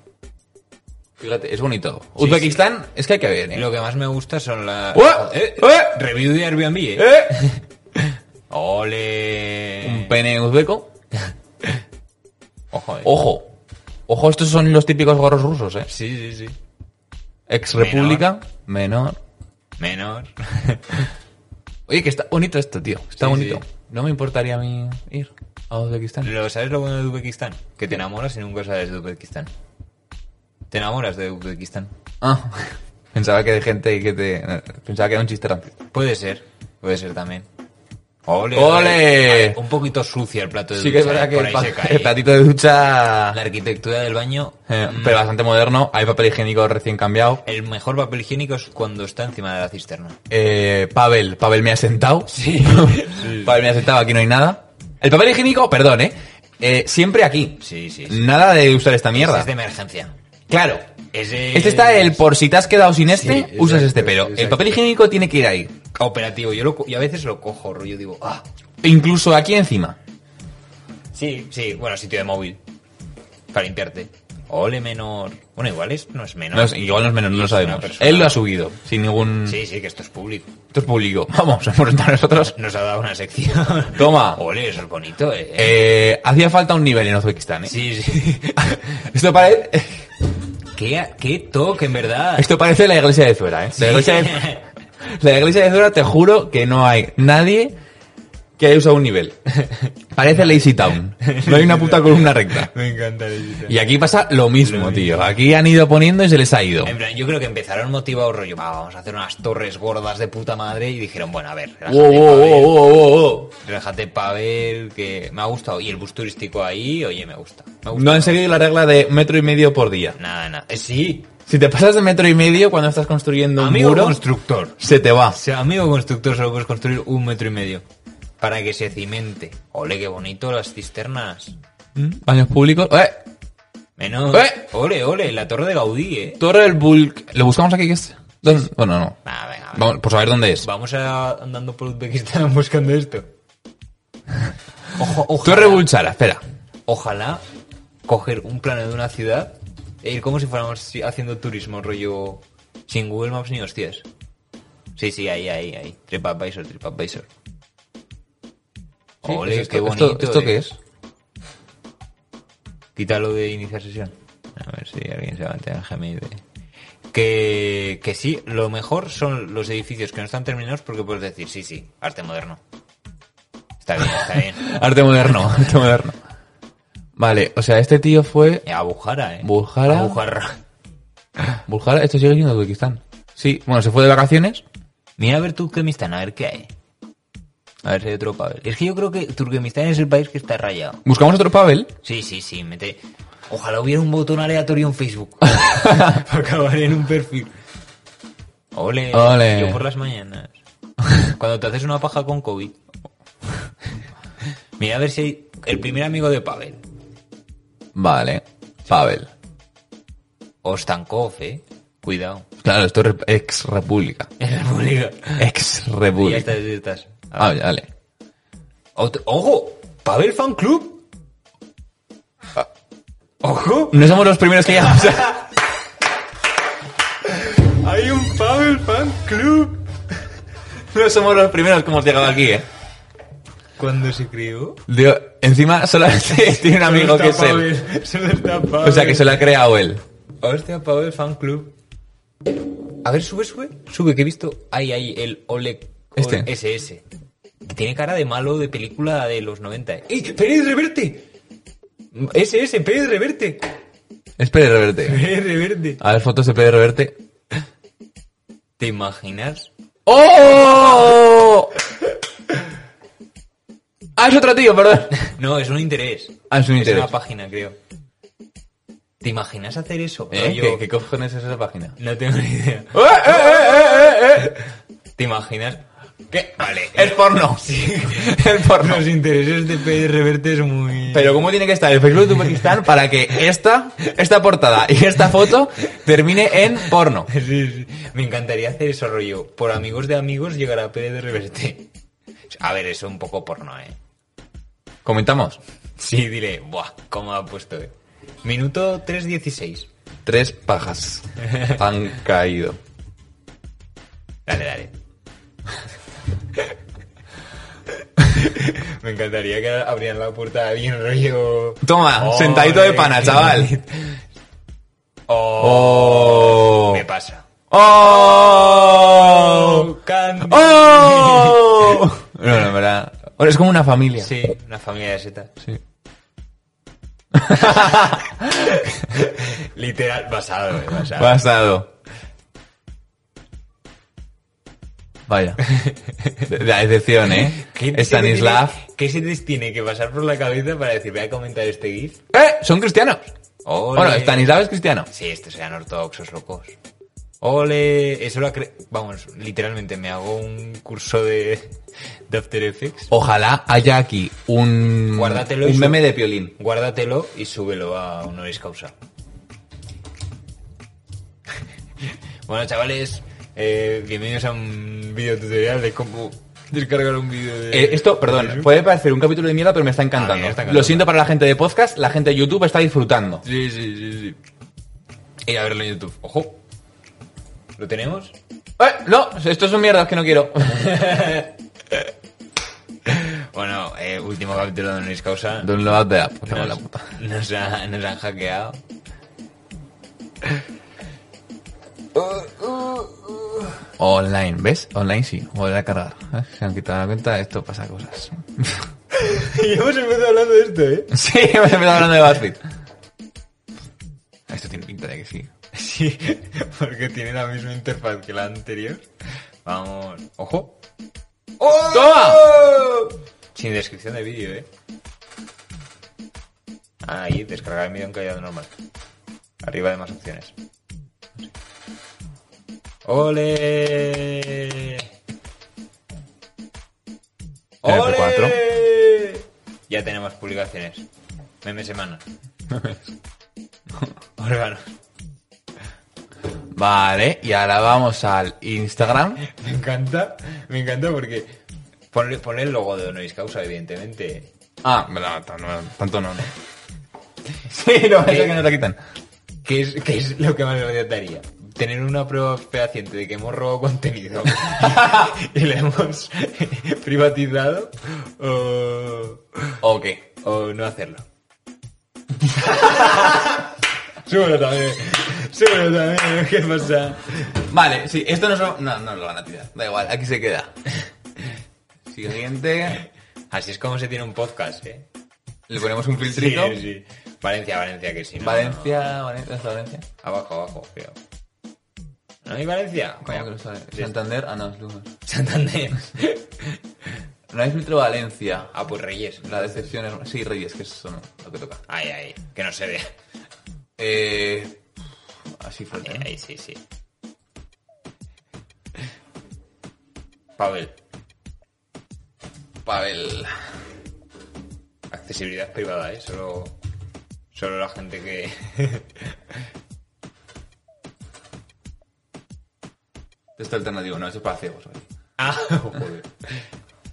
B: Fíjate, es bonito. Uzbekistán, es que hay que ver, ¿eh?
C: Lo que más me gusta son las...
B: ¡Uah!
C: Eh,
B: ¡Eh!
C: Review de Airbnb, ¿eh?
B: ¿Eh?
C: Ole.
B: Un pene uzbeco.
C: Ojo, eh.
B: Ojo. Ojo, estos son los típicos gorros rusos, ¿eh?
C: Sí, sí, sí.
B: Ex República, menor.
C: Menor.
B: Oye, que está bonito esto, tío. Está
C: Sí,
B: bonito.
C: sí.
B: No me importaría a mí ir a Uzbekistán.
C: Lo- ¿Sabes lo bueno de Uzbekistán? Que te enamoras y nunca sabes de Uzbekistán. Te enamoras de Uzbekistán.
B: Ah, pensaba que de gente que te. Pensaba que era un chiste rancio.
C: Puede ser. Puede ser también. Ole.
B: ¡Ole!
C: Ay, Un poquito sucia el plato de
B: Sí que es
C: ducha,
B: verdad
C: eh,
B: que
C: por
B: el,
C: ahí se
B: pa-
C: cae.
B: el platito de ducha.
C: La arquitectura del baño.
B: eh,
C: mm,
B: pero bastante moderno. Hay papel higiénico recién cambiado.
C: El mejor papel higiénico es cuando está encima de la cisterna.
B: Eh, Pavel, Pavel me ha sentado. Sí. Pavel me ha sentado, aquí no hay nada. El papel higiénico, perdón, ¿eh? Eh, siempre aquí.
C: Sí, sí, sí.
B: Nada de usar esta mierda.
C: Es este. Eh, de emergencia.
B: Claro.
C: Ese
B: Este está el por si te has quedado sin este,
C: exacto,
B: usas este, pero el
C: exacto.
B: papel higiénico tiene que ir ahí.
C: operativo. Yo, lo, co- yo a veces lo cojo, rollo, digo, ah.
B: E incluso aquí encima.
C: Sí, sí, bueno, sitio de móvil. Para limpiarte. Ole menor. Bueno, igual es, no es menor.
B: No es- igual no es menos, no lo
C: Es una
B: sabemos.
C: persona.
B: Él lo ha subido, sin ningún...
C: Sí, sí, que esto es público.
B: Esto es público. Vamos, hemos estado nosotros.
C: Nos ha dado una sección.
B: Toma.
C: Ole, eso es bonito, eh.
B: Eh, hacía falta un nivel en Uzbekistán, ¿eh?
C: Sí, sí.
B: Esto, pare-
C: qué, qué toque, en verdad.
B: Esto parece la iglesia de Zuera, ¿eh? La iglesia de... La iglesia de Zuera, te juro que no hay nadie que haya usado un nivel. Parece Lazy Town. No hay una puta columna recta.
C: Me encanta el
B: Y aquí pasa lo mismo, tío. Aquí han ido poniendo y se les ha ido.
C: En plan, yo creo que empezaron motivados rollo, "Va, vamos a hacer unas torres gordas de puta madre y dijeron, bueno, a ver, relájate,
B: Wow, wow,
C: Pavel,
B: wow, wow, wow, wow.
C: relájate Pavel, que me ha gustado. Y el bus turístico ahí, oye, me gusta. Me gusta
B: No han seguido la regla de metro y medio por día.
C: Nada, nada. Eh, sí,
B: Si te pasas de metro y medio cuando estás construyendo un
C: amigo
B: muro,
C: constructor.
B: se te va.
C: O sea, amigo constructor solo puedes construir un metro y medio para que se cimente. Ole, qué bonito las cisternas.
B: Baños públicos. ¡Eh!
C: Menos.
B: ¡Eh!
C: Ole, ole, la torre de Gaudí, eh.
B: Torre del Bulk. ¿Lo buscamos aquí? ¿Qué es? ¿Dónde? Bueno, no.
C: Ah, venga, venga.
B: Vamos, por saber dónde es.
C: Vamos a- andando por Uzbekistán buscando esto. Ojo, ojalá,
B: Torre Bulchara, espera.
C: ojalá coger un plano de una ciudad e ir como si fuéramos si- haciendo turismo, rollo sin Google Maps ni hostias. Sí, sí, ahí, ahí, ahí. TripAdvisor, TripAdvisor.
B: Sí,
C: Ole,
B: es pues esto-
C: qué bonito.
B: ¿Esto, esto
C: eh.
B: qué es?
C: Quítalo de iniciar sesión. A ver si alguien se va a enterar, Gemini, de- Que, que sí, lo mejor son los edificios que no están terminados porque puedes decir, sí, sí, arte moderno. Está bien, está bien.
B: Arte moderno, arte moderno. Vale, o sea, este tío fue...
C: Eh, Abujara, ¿eh?
B: Bujara.
C: Abujara.
B: Bulgara, esto sigue siendo Uzbekistán. Sí, bueno, se fue de vacaciones.
C: Mira a ver Turkmenistán, a ver qué hay. A ver si hay otro papel. Es que yo creo que Turkmenistán es el país que está rayado.
B: Buscamos otro Pavel.
C: Sí, sí, sí, mete... Ojalá hubiera un botón aleatorio en Facebook. Para acabar en un perfil. Ole,
B: Ole.
C: yo por las mañanas. Cuando te haces una paja con COVID. Mira a ver si hay el primer amigo de Pavel.
B: Vale, Pavel.
C: Ostankov, eh. Cuidado.
B: Claro, esto es rep- ex república.
C: Es República.
B: Ex
C: Ya
B: república.
C: estás, ya estás.
B: Ah, vale.
C: Otro- ¡Ojo! ¡Pavel Fan Club!
B: Ah.
C: ¡Ojo!
B: No somos los primeros que llamamos.
C: ¡Hay un Pavel Fan Club!
B: no somos los primeros que hemos llegado aquí, eh.
C: ¿Cuándo se creó?
B: Digo, encima solamente tiene un amigo que es él.
C: Solo está Pavel.
B: O sea, que se lo ha creado él.
C: Hostia, Pavel Fan Club. A ver, sube, sube. Sube, que he visto. Ahí, ahí, el Oleg
B: Este.
C: Oleg SS. Que tiene cara de malo de película de los 90. ¡Ey! ¡Pérez Reverte! SS, Pérez Reverte.
B: Es Pérez Reverte.
C: Pérez Reverte.
B: A ver, fotos de Pérez Reverte.
C: ¿Te imaginas?
B: ¡Oh! Ah, es otro tío, perdón.
C: No, es un interés.
B: Ah, es un interés.
C: Es una página, creo. ¿Te imaginas hacer eso?
B: ¿Eh?
C: Rollo-
B: ¿Qué, ¿Qué cojones es esa página?
C: No tengo ni idea.
B: ¡Eh, eh, eh, eh, eh,
C: ¿Te imaginas? ¿Qué? Vale.
B: eh! Es porno. Es porno.
C: Los intereses de Pérez Reverte es muy...
B: Pero ¿cómo tiene que estar el Facebook de Uzbekistán para que esta, esta portada y esta foto termine en porno?
C: Sí, sí. Me encantaría hacer eso rollo. Por amigos de amigos llegar a Pérez de Reverte. A ver, eso un poco porno, ¿eh?
B: Comentamos.
C: Sí, diré, buah, cómo ha puesto, eh. Minuto 3.16.
B: Tres pajas han caído.
C: Dale, dale. Me encantaría que abrieran la puerta bien rollo...
B: Toma, sentadito de pana,
C: Ole.
B: chaval.
C: Oh,
B: ¡Oh!
C: me pasa.
B: ¡Oh!
C: Candy.
B: ¡Oh! No, no, en verdad. Ahora es como una familia.
C: Sí, una familia de setas.
B: Sí.
C: Literal, basado, eh, basado.
B: Pasado. Vaya. De- La decepción, ¿eh?
C: ¿Qué se
B: Stanislav.
C: te tiene- ¿Qué se les tiene que pasar por la cabeza para decir, voy a comentar este GIF?
B: ¡Eh! Son cristianos.
C: Ole.
B: Bueno, Stanislav es cristiano.
C: Sí, estos eran ortodoxos locos. Ole, eso lo ha cre- Vamos, literalmente me hago un curso de, de After Effects.
B: Ojalá haya aquí un,
C: Guárdatelo y
B: un
C: sub-
B: meme de piolín.
C: Guárdatelo y súbelo a honoris causa. bueno, chavales, eh, bienvenidos a un video tutorial de cómo descargar un vídeo de...
B: Eh, esto, perdón, puede parecer un capítulo de mierda, pero me está encantando.
C: A mí me está encantando.
B: Lo siento para la gente de podcast, la gente de YouTube está disfrutando.
C: Sí, sí, sí, sí. Ir a verlo en YouTube. Ojo. ¿Lo tenemos?
B: Eh, no, esto es un mierda, es que no quiero.
C: Bueno, eh, último capítulo de Nois Causa.
B: Download the app. me cago en la
C: Nos,
B: puta.
C: nos ha- nos han hackeado.
B: Online, ¿ves? Online sí, volver a cargar. Eh, Se han quitado la cuenta, esto pasa cosas.
C: y hemos empezado hablando de esto, ¿eh?
B: sí, me he empezado hablando de BuzzFeed.
C: Ah,
B: Esto tiene pinta de que sí.
C: Sí, porque tiene la misma interfaz que la anterior. Vamos. ¡Ojo!
B: ¡Toma!
C: ¡Oh! Sin descripción de vídeo, ¿eh? Ahí, descargar el vídeo en calidad normal. Arriba de más opciones. ¡Ole! ¡Ole! Ya tenemos publicaciones. Meme semana. Órganos.
B: Vale, y ahora vamos al Instagram.
C: Me encanta, me encanta porque... Ponle, ponle el logo de Honoris Causa, evidentemente.
B: Ah, no, t- no, tanto no. no. sí, no, eso que no te quitan.
C: ¿Qué es, qué es lo que más me daría? Tener una prueba fehaciente de que hemos robado contenido y lo hemos privatizado o,
B: ¿O qué?
C: o no hacerlo. Súbelo también. Súbelo también. ¿Qué pasa?
B: Vale, sí, esto no, es lo- no, no lo van a tirar. Da igual, aquí se queda. Siguiente.
C: Así es como se tiene un podcast, ¿eh?
B: Le ponemos un filtrito.
C: sí. Valencia, Valencia, que si no...
B: Valencia, Valencia, hasta Valencia.
C: Abajo, abajo, creo. ¿No hay Valencia?
B: Coño, que lo sabe. Santander, ah, no, es Lugo.
C: Santander.
B: No hay filtro Valencia.
C: ah, pues Reyes.
B: La decepción es. Sí, Reyes, que es eso, ¿no? lo que toca.
C: Ay, ay, que no se vea.
B: Eh. Así fue.
C: Ay, ay, sí, sí. Pavel,
B: Pavel.
C: accesibilidad privada, ¿eh? Solo, solo la gente que...
B: Texto alternativo, no, eso es para ciegos. ¿vale?
C: ah, joder.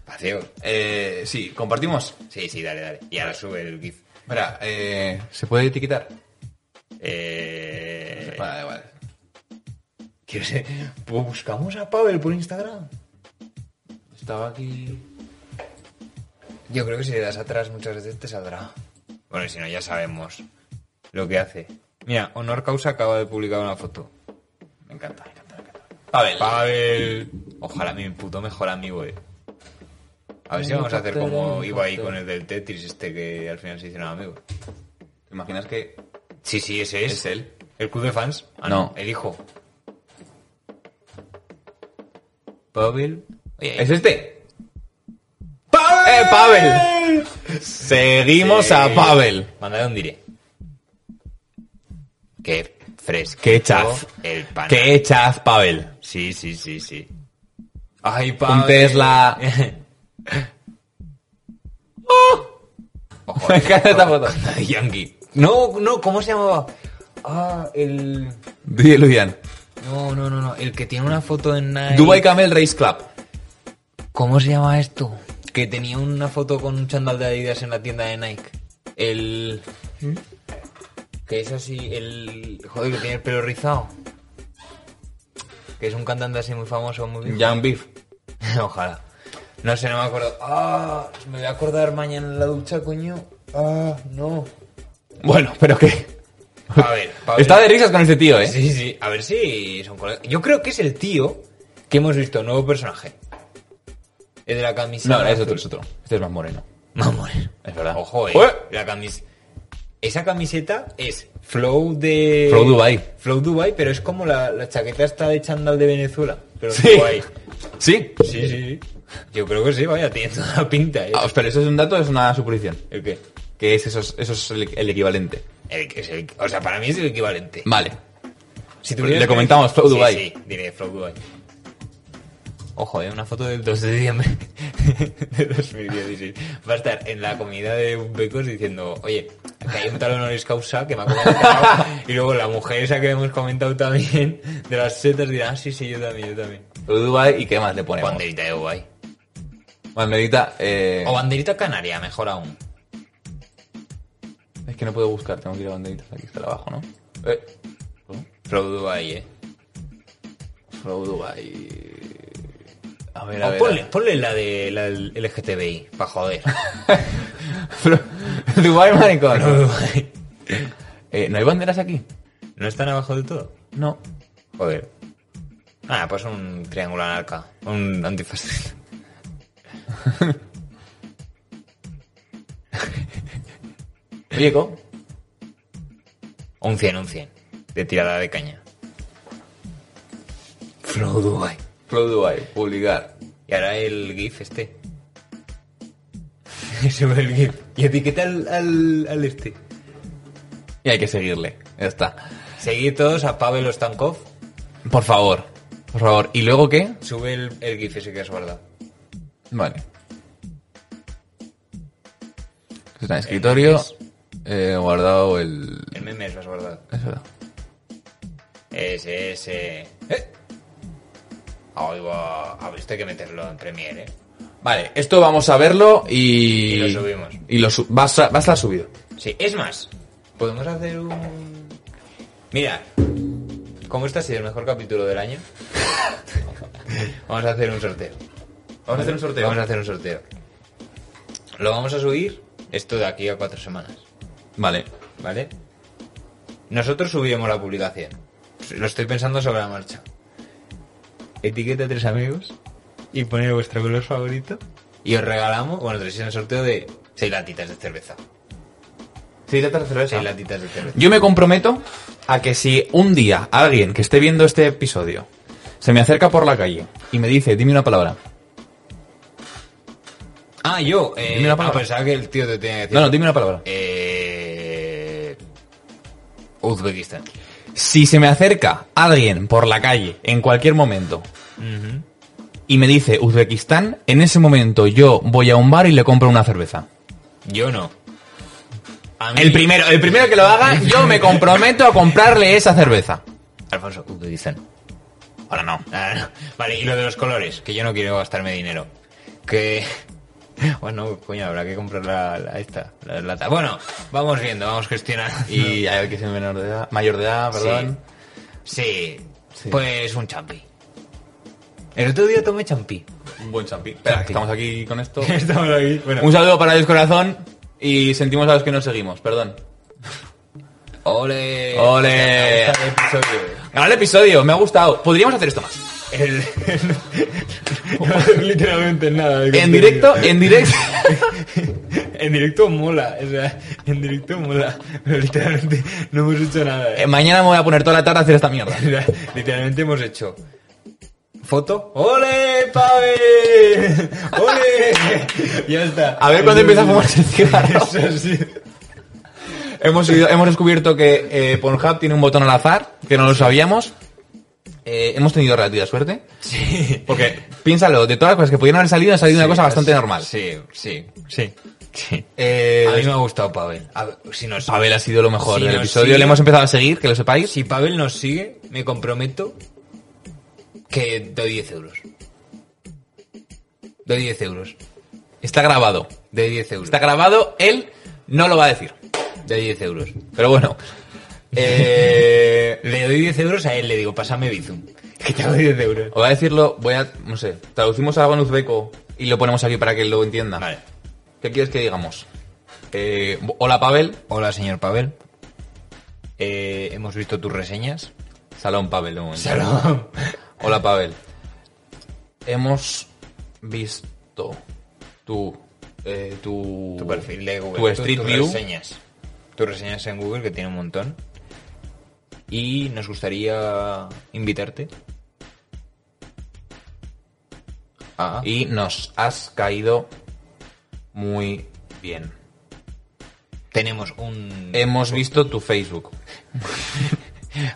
C: Paseo.
B: Eh, sí, compartimos.
C: Sí, sí, dale, dale. Y ahora sube el GIF.
B: Espera, eh, ¿se puede etiquetar?
C: Eh...
B: Vale, da igual.
C: ¿quieres- pues buscamos a Pavel por Instagram.
B: Estaba aquí.
C: Yo creo que si le das atrás muchas veces te saldrá. Bueno, y si no, ya sabemos lo que hace. Mira, Honor Causa acaba de publicar una foto. Me encanta, me encanta, me encanta.
B: Pavel.
C: Pavel. Ojalá mi puto mejor amigo, eh. A ver si vamos a hacer como iba ahí con el del Tetris este que al final se hicieron amigos.
B: ¿Te imaginas que
C: Sí, sí, ese es.
B: es él?
C: ¿El club de fans? Ah,
B: No.
C: El hijo. Pavel. Oye,
B: ¿Es este? ¡Pavel! ¡Eh, Pavel! Seguimos a Pavel.
C: Mandad un diré. Qué fresco.
B: Qué chaf.
C: El pan.
B: ¡Qué chaz, Pavel!
C: Sí, sí, sí, sí. Ay, Pavel.
B: Un Tesla.
C: Ojo,
B: Oh. Me encanta esta foto.
C: Yankee. No, no, ¿cómo se llamaba? Ah, el...
B: Dile, Luian.
C: No, no, no, no. El que tiene una foto en Nike.
B: Dubai Camel Race Club.
C: ¿Cómo se llama esto? Que tenía una foto con un chandal de Adidas en la tienda de Nike. El... Que es así, el... Joder, que tiene el pelo rizado. Que es un cantante así muy famoso, muy... viejo.
B: Young Beef.
C: Ojalá. No sé, no me acuerdo. Ah, me voy a acordar mañana en la ducha, coño. Ah, no.
B: Bueno, pero qué.
C: A ver, Pavel.
B: Está de risas con este tío, ¿eh?
C: Sí, sí, a ver si son colegas. Yo creo que es el tío que hemos visto, nuevo personaje. El de la camisa.
B: No, no, es otro, es otro. Este es más moreno.
C: Vamos.
B: Es verdad.
C: Ojo, eh.
B: ¡Ué!
C: La camis... Esa camiseta es Flow de.
B: Flow Dubai.
C: Flow Dubai, pero es como la, la chaqueta está de chandal de Venezuela. Pero
B: Sí.
C: Dubai.
B: Sí.
C: Sí, sí, sí. Yo creo que sí, vaya, tiene toda la pinta, eh.
B: Ah, pero eso es un dato, es una suposición.
C: ¿El qué?
B: Que es eso, es- eso es el, el equivalente.
C: El que es el- o sea, para mí es el equivalente.
B: Vale.
C: Si
B: Le comentamos Flow
C: Sí,
B: Dubai.
C: Sí, diré Flow Dubai. Ojo, eh, una foto del 2 de diciembre de 2016. Va a estar en la comida de un Becos diciendo, oye, que hay un tal honoris causa que me ha comentado. y luego la mujer esa que hemos comentado también de las setas dirá, ah, sí, sí, yo también, yo también.
B: Flow Dubai y qué más le ponemos.
C: Banderita Oh. de Dubai.
B: Banderita, eh,
C: O banderita canaria, mejor aún.
B: Es que no puedo buscar, tengo que ir a banderitas. Aquí está abajo, ¿no? Eh,
C: Flow Dubai, eh.
B: Flow Dubai. A ver, a
C: O
B: ver.
C: ponle, ponle la de la del LGTBI, pa' joder.
B: Flow- Dubai, maricón.
C: Flow Dubai.
B: Eh, ¿No hay banderas aquí?
C: ¿No están abajo de todo?
B: No.
C: Joder. Ah, pues un triángulo anarca. Un antifascista.
B: Oye, ¿cómo?
C: O Un 100, un 100. De tirada de caña. Flow Dubai.
B: Flow Dubai, publicar.
C: Y ahora el GIF este. Sube el GIF. Y etiqueta al, al, al este.
B: Y hay que seguirle. Ya está.
C: Seguid todos a Pavel Ostankov.
B: Por favor. Por favor. ¿Y luego qué?
C: Sube el, el GIF ese que has guardado.
B: Vale. Está en escritorio. eh, guardado el.
C: El meme lo has guardado.
B: Es verdad.
C: Ese, ese. ¡Eh! Ah, Ahí va. A ver, esto hay que meterlo en Premiere, eh.
B: Vale, esto vamos a verlo y.
C: Y lo subimos.
B: Y lo su- va, a, sa- va a estar subido.
C: Sí, es más, podemos hacer un. Mira, como este ha sido el mejor capítulo del año, vamos a hacer un sorteo.
B: Vamos a hacer un sorteo.
C: Vamos a hacer un sorteo. Lo vamos a subir esto de aquí a cuatro semanas,
B: Vale.
C: ¿vale? Nosotros subiremos la publicación. Lo estoy pensando sobre la marcha. Etiqueta a tres amigos y poner vuestro color favorito. Y os regalamos, bueno, tenéis el sorteo de seis latitas de cerveza.
B: Sí, la tercera
C: Seis latitas de cerveza.
B: Ah. Yo me comprometo a que si un día alguien que esté viendo este episodio se me acerca por la calle y me dice, dime una palabra.
C: Ah, yo. Eh,
B: Dime una palabra.
C: ah, pues, pensaba que el tío te tenía que decir.
B: No, no, dime una palabra.
C: Eh, Uzbekistán.
B: Si se me acerca alguien por la calle en cualquier momento y me dice Uzbekistán, en ese momento yo voy a un bar y le compro una cerveza.
C: Yo no. A mí-
B: El primero, el primero que lo haga, yo me comprometo a comprarle esa cerveza.
C: Alfonso, Uzbekistán.
B: Ahora no.
C: Ah, no. Vale, y lo de los colores, que yo no quiero gastarme dinero. Que. Bueno, coño, habrá que comprar la, la- esta, la lata. Bueno, vamos viendo, vamos gestionando.
B: Y a ver que es menor de edad, mayor de edad, perdón.
C: Sí. sí.
B: Sí.
C: Pues un champi. El otro día tomé champi.
B: Un buen champi. Espera, que estamos aquí con esto.
C: Estamos aquí. Bueno,
B: Un saludo para Dios Corazón y sentimos a los que nos seguimos, perdón.
C: ¡Ole!
B: ¡Ole!
C: Este episodio.
B: Ganó el episodio, me ha gustado. Podríamos hacer esto más.
C: El- no hacer literalmente nada. de
B: En
C: contenido.
B: directo, en directo.
C: en directo mola, o sea, en directo mola, pero literalmente no hemos hecho nada.
B: Eh,
C: eh.
B: Mañana me voy a poner toda la tarde a hacer esta mierda.
C: Literalmente hemos hecho foto. ¡Ole, Pave! ¡Ole! ya está.
B: A ver cuándo empieza a fumarse el cigarro.
C: Eso sí.
B: Hemos, ido- hemos descubierto que eh, Pornhub tiene un botón al azar, que no lo sabíamos. Eh, hemos tenido relativa suerte.
C: Sí.
B: Porque, piénsalo, de todas las cosas que pudieran haber salido, ha salido una cosa bastante normal.
C: Sí, sí, sí. sí.
B: Eh,
C: a mí me ha gustado Pavel. A ver, si nos,
B: Pavel ha sido lo mejor
C: Si
B: del
C: nos
B: episodio.
C: sigue-
B: Le hemos empezado a seguir, que lo sepáis.
C: Si Pavel nos sigue, me comprometo que doy 10 euros. Doy 10 euros.
B: Está grabado.
C: Doy 10 euros.
B: Está grabado, él no lo va a decir.
C: Doy 10 euros.
B: Pero bueno.
C: Eh, le doy 10 euros a él, le digo, pásame Bizum. Que te doy 10 euros.
B: O va a decirlo, voy a, no sé, traducimos algo en uzbeco y lo ponemos aquí para que él lo entienda.
C: Vale.
B: ¿Qué quieres que digamos? Eh, hola Pavel,
C: Hola, señor Pavel. Eh, hemos visto tus reseñas.
B: salón Pavel de momento.
C: Salón.
B: Hola Pavel, hemos visto tu, eh, tu,
C: Tu perfil de Google.
B: tu Street
C: tus
B: View
C: reseñas. Tus reseñas en Google, que tiene un montón. Y nos gustaría invitarte. Ah, y
B: y nos has caído muy bien.
C: tenemos un...
B: Hemos visto tu Facebook.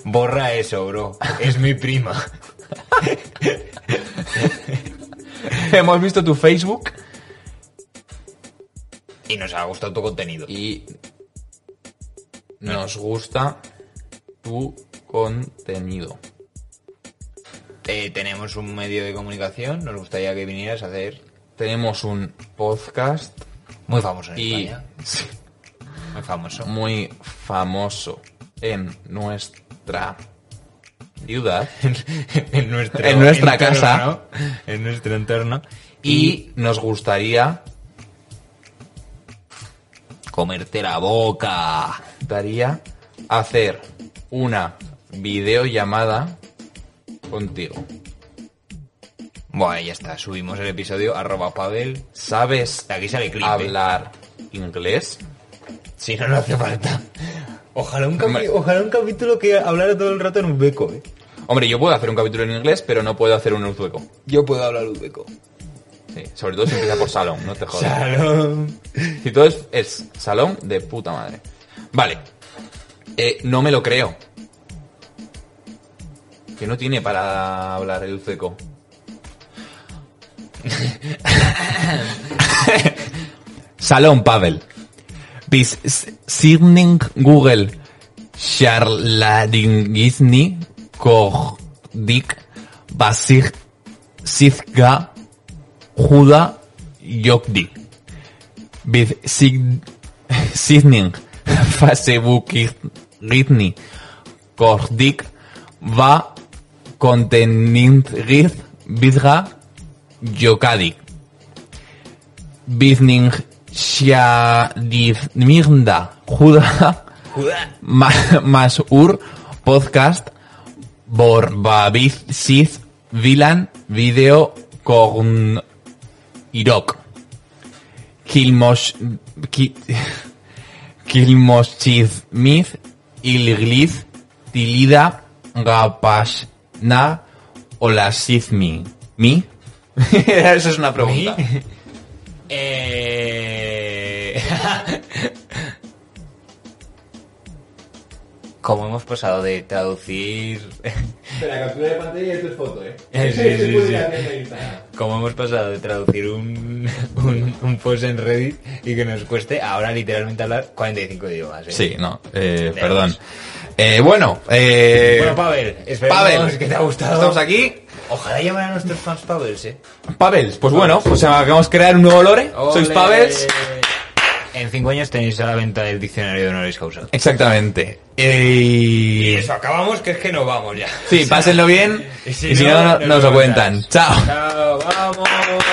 C: Borra eso, bro. Es mi prima.
B: hemos visto tu Facebook
C: Y nos ha gustado tu contenido.
B: y nos gusta tu contenido.
C: Eh, tenemos un medio de comunicación. Nos gustaría que vinieras a hacer...
B: Tenemos un podcast
C: Muy famoso en
B: Y-
C: España. Muy famoso.
B: muy famoso en nuestra ciudad
C: en, nuestro
B: En nuestra
C: entorno,
B: casa.
C: En nuestro entorno. Y
B: y nos gustaría
C: comerte la boca.
B: daría hacer una videollamada contigo.
C: Bueno, ya está. Subimos el episodio arroba Pavel.
B: ¿Sabes
C: De aquí sale clip. eh.
B: hablar inglés?
C: Si no, no hace falta. Ojalá un, capi-
B: Hombre.
C: ojalá un capítulo que hablara todo el rato en uzbeco, eh.
B: Hombre, yo puedo hacer un capítulo en inglés, pero no puedo hacer un en uzbeco.
C: Yo puedo hablar uzbeco.
B: Sí, sobre todo si empieza por salón, no te jodas.
C: Salón.
B: Si todo es, es salón de puta madre. Vale. Eh, no me lo creo. Que no tiene para hablar el ceco. salón, Pavel. Bis Signing Google Charladingisni Kordik Basig Sizga Juda Yokdik. With Sig Signing Facebook Ritni Kordik va contenint Rit Vidra Yokadik Bizning Shadiv Mirnda Juda
C: Judá.
B: Ma- Masur Podcast Borbabizis Vilan Video con Irok Kilmos Ki- Kilmoschizmiz Ilgliz Tilida Gapashna Olasizmi ¿Mi? Eso es una pregunta.
C: Eh... Como hemos pasado de traducir...
B: La captura de pantalla es foto, ¿eh?
C: Sí, sí, sí, sí. Como hemos pasado de traducir un, un, un post en Reddit y que nos cueste ahora literalmente hablar 45 idiomas. ¿eh?
B: Sí, no, eh, perdón. Eh, bueno, eh,
C: Bueno, Pavel, esperemos
B: Pavel,
C: que te ha gustado.
B: Estamos aquí.
C: Ojalá llamaran a nuestros fans Pavels, eh.
B: Pavels, pues bueno, pues vamos a crear un nuevo lore. Sois
C: Ole.
B: Pavels.
C: En 5 años tenéis a la venta el diccionario de honoris causa.
B: Exactamente.
C: Y
B: Eh,
C: eso, acabamos que es que nos vamos ya.
B: sí, pásenlo bien. Y si no, no- nos lo cuentan. Chao.
C: Chao, vamos.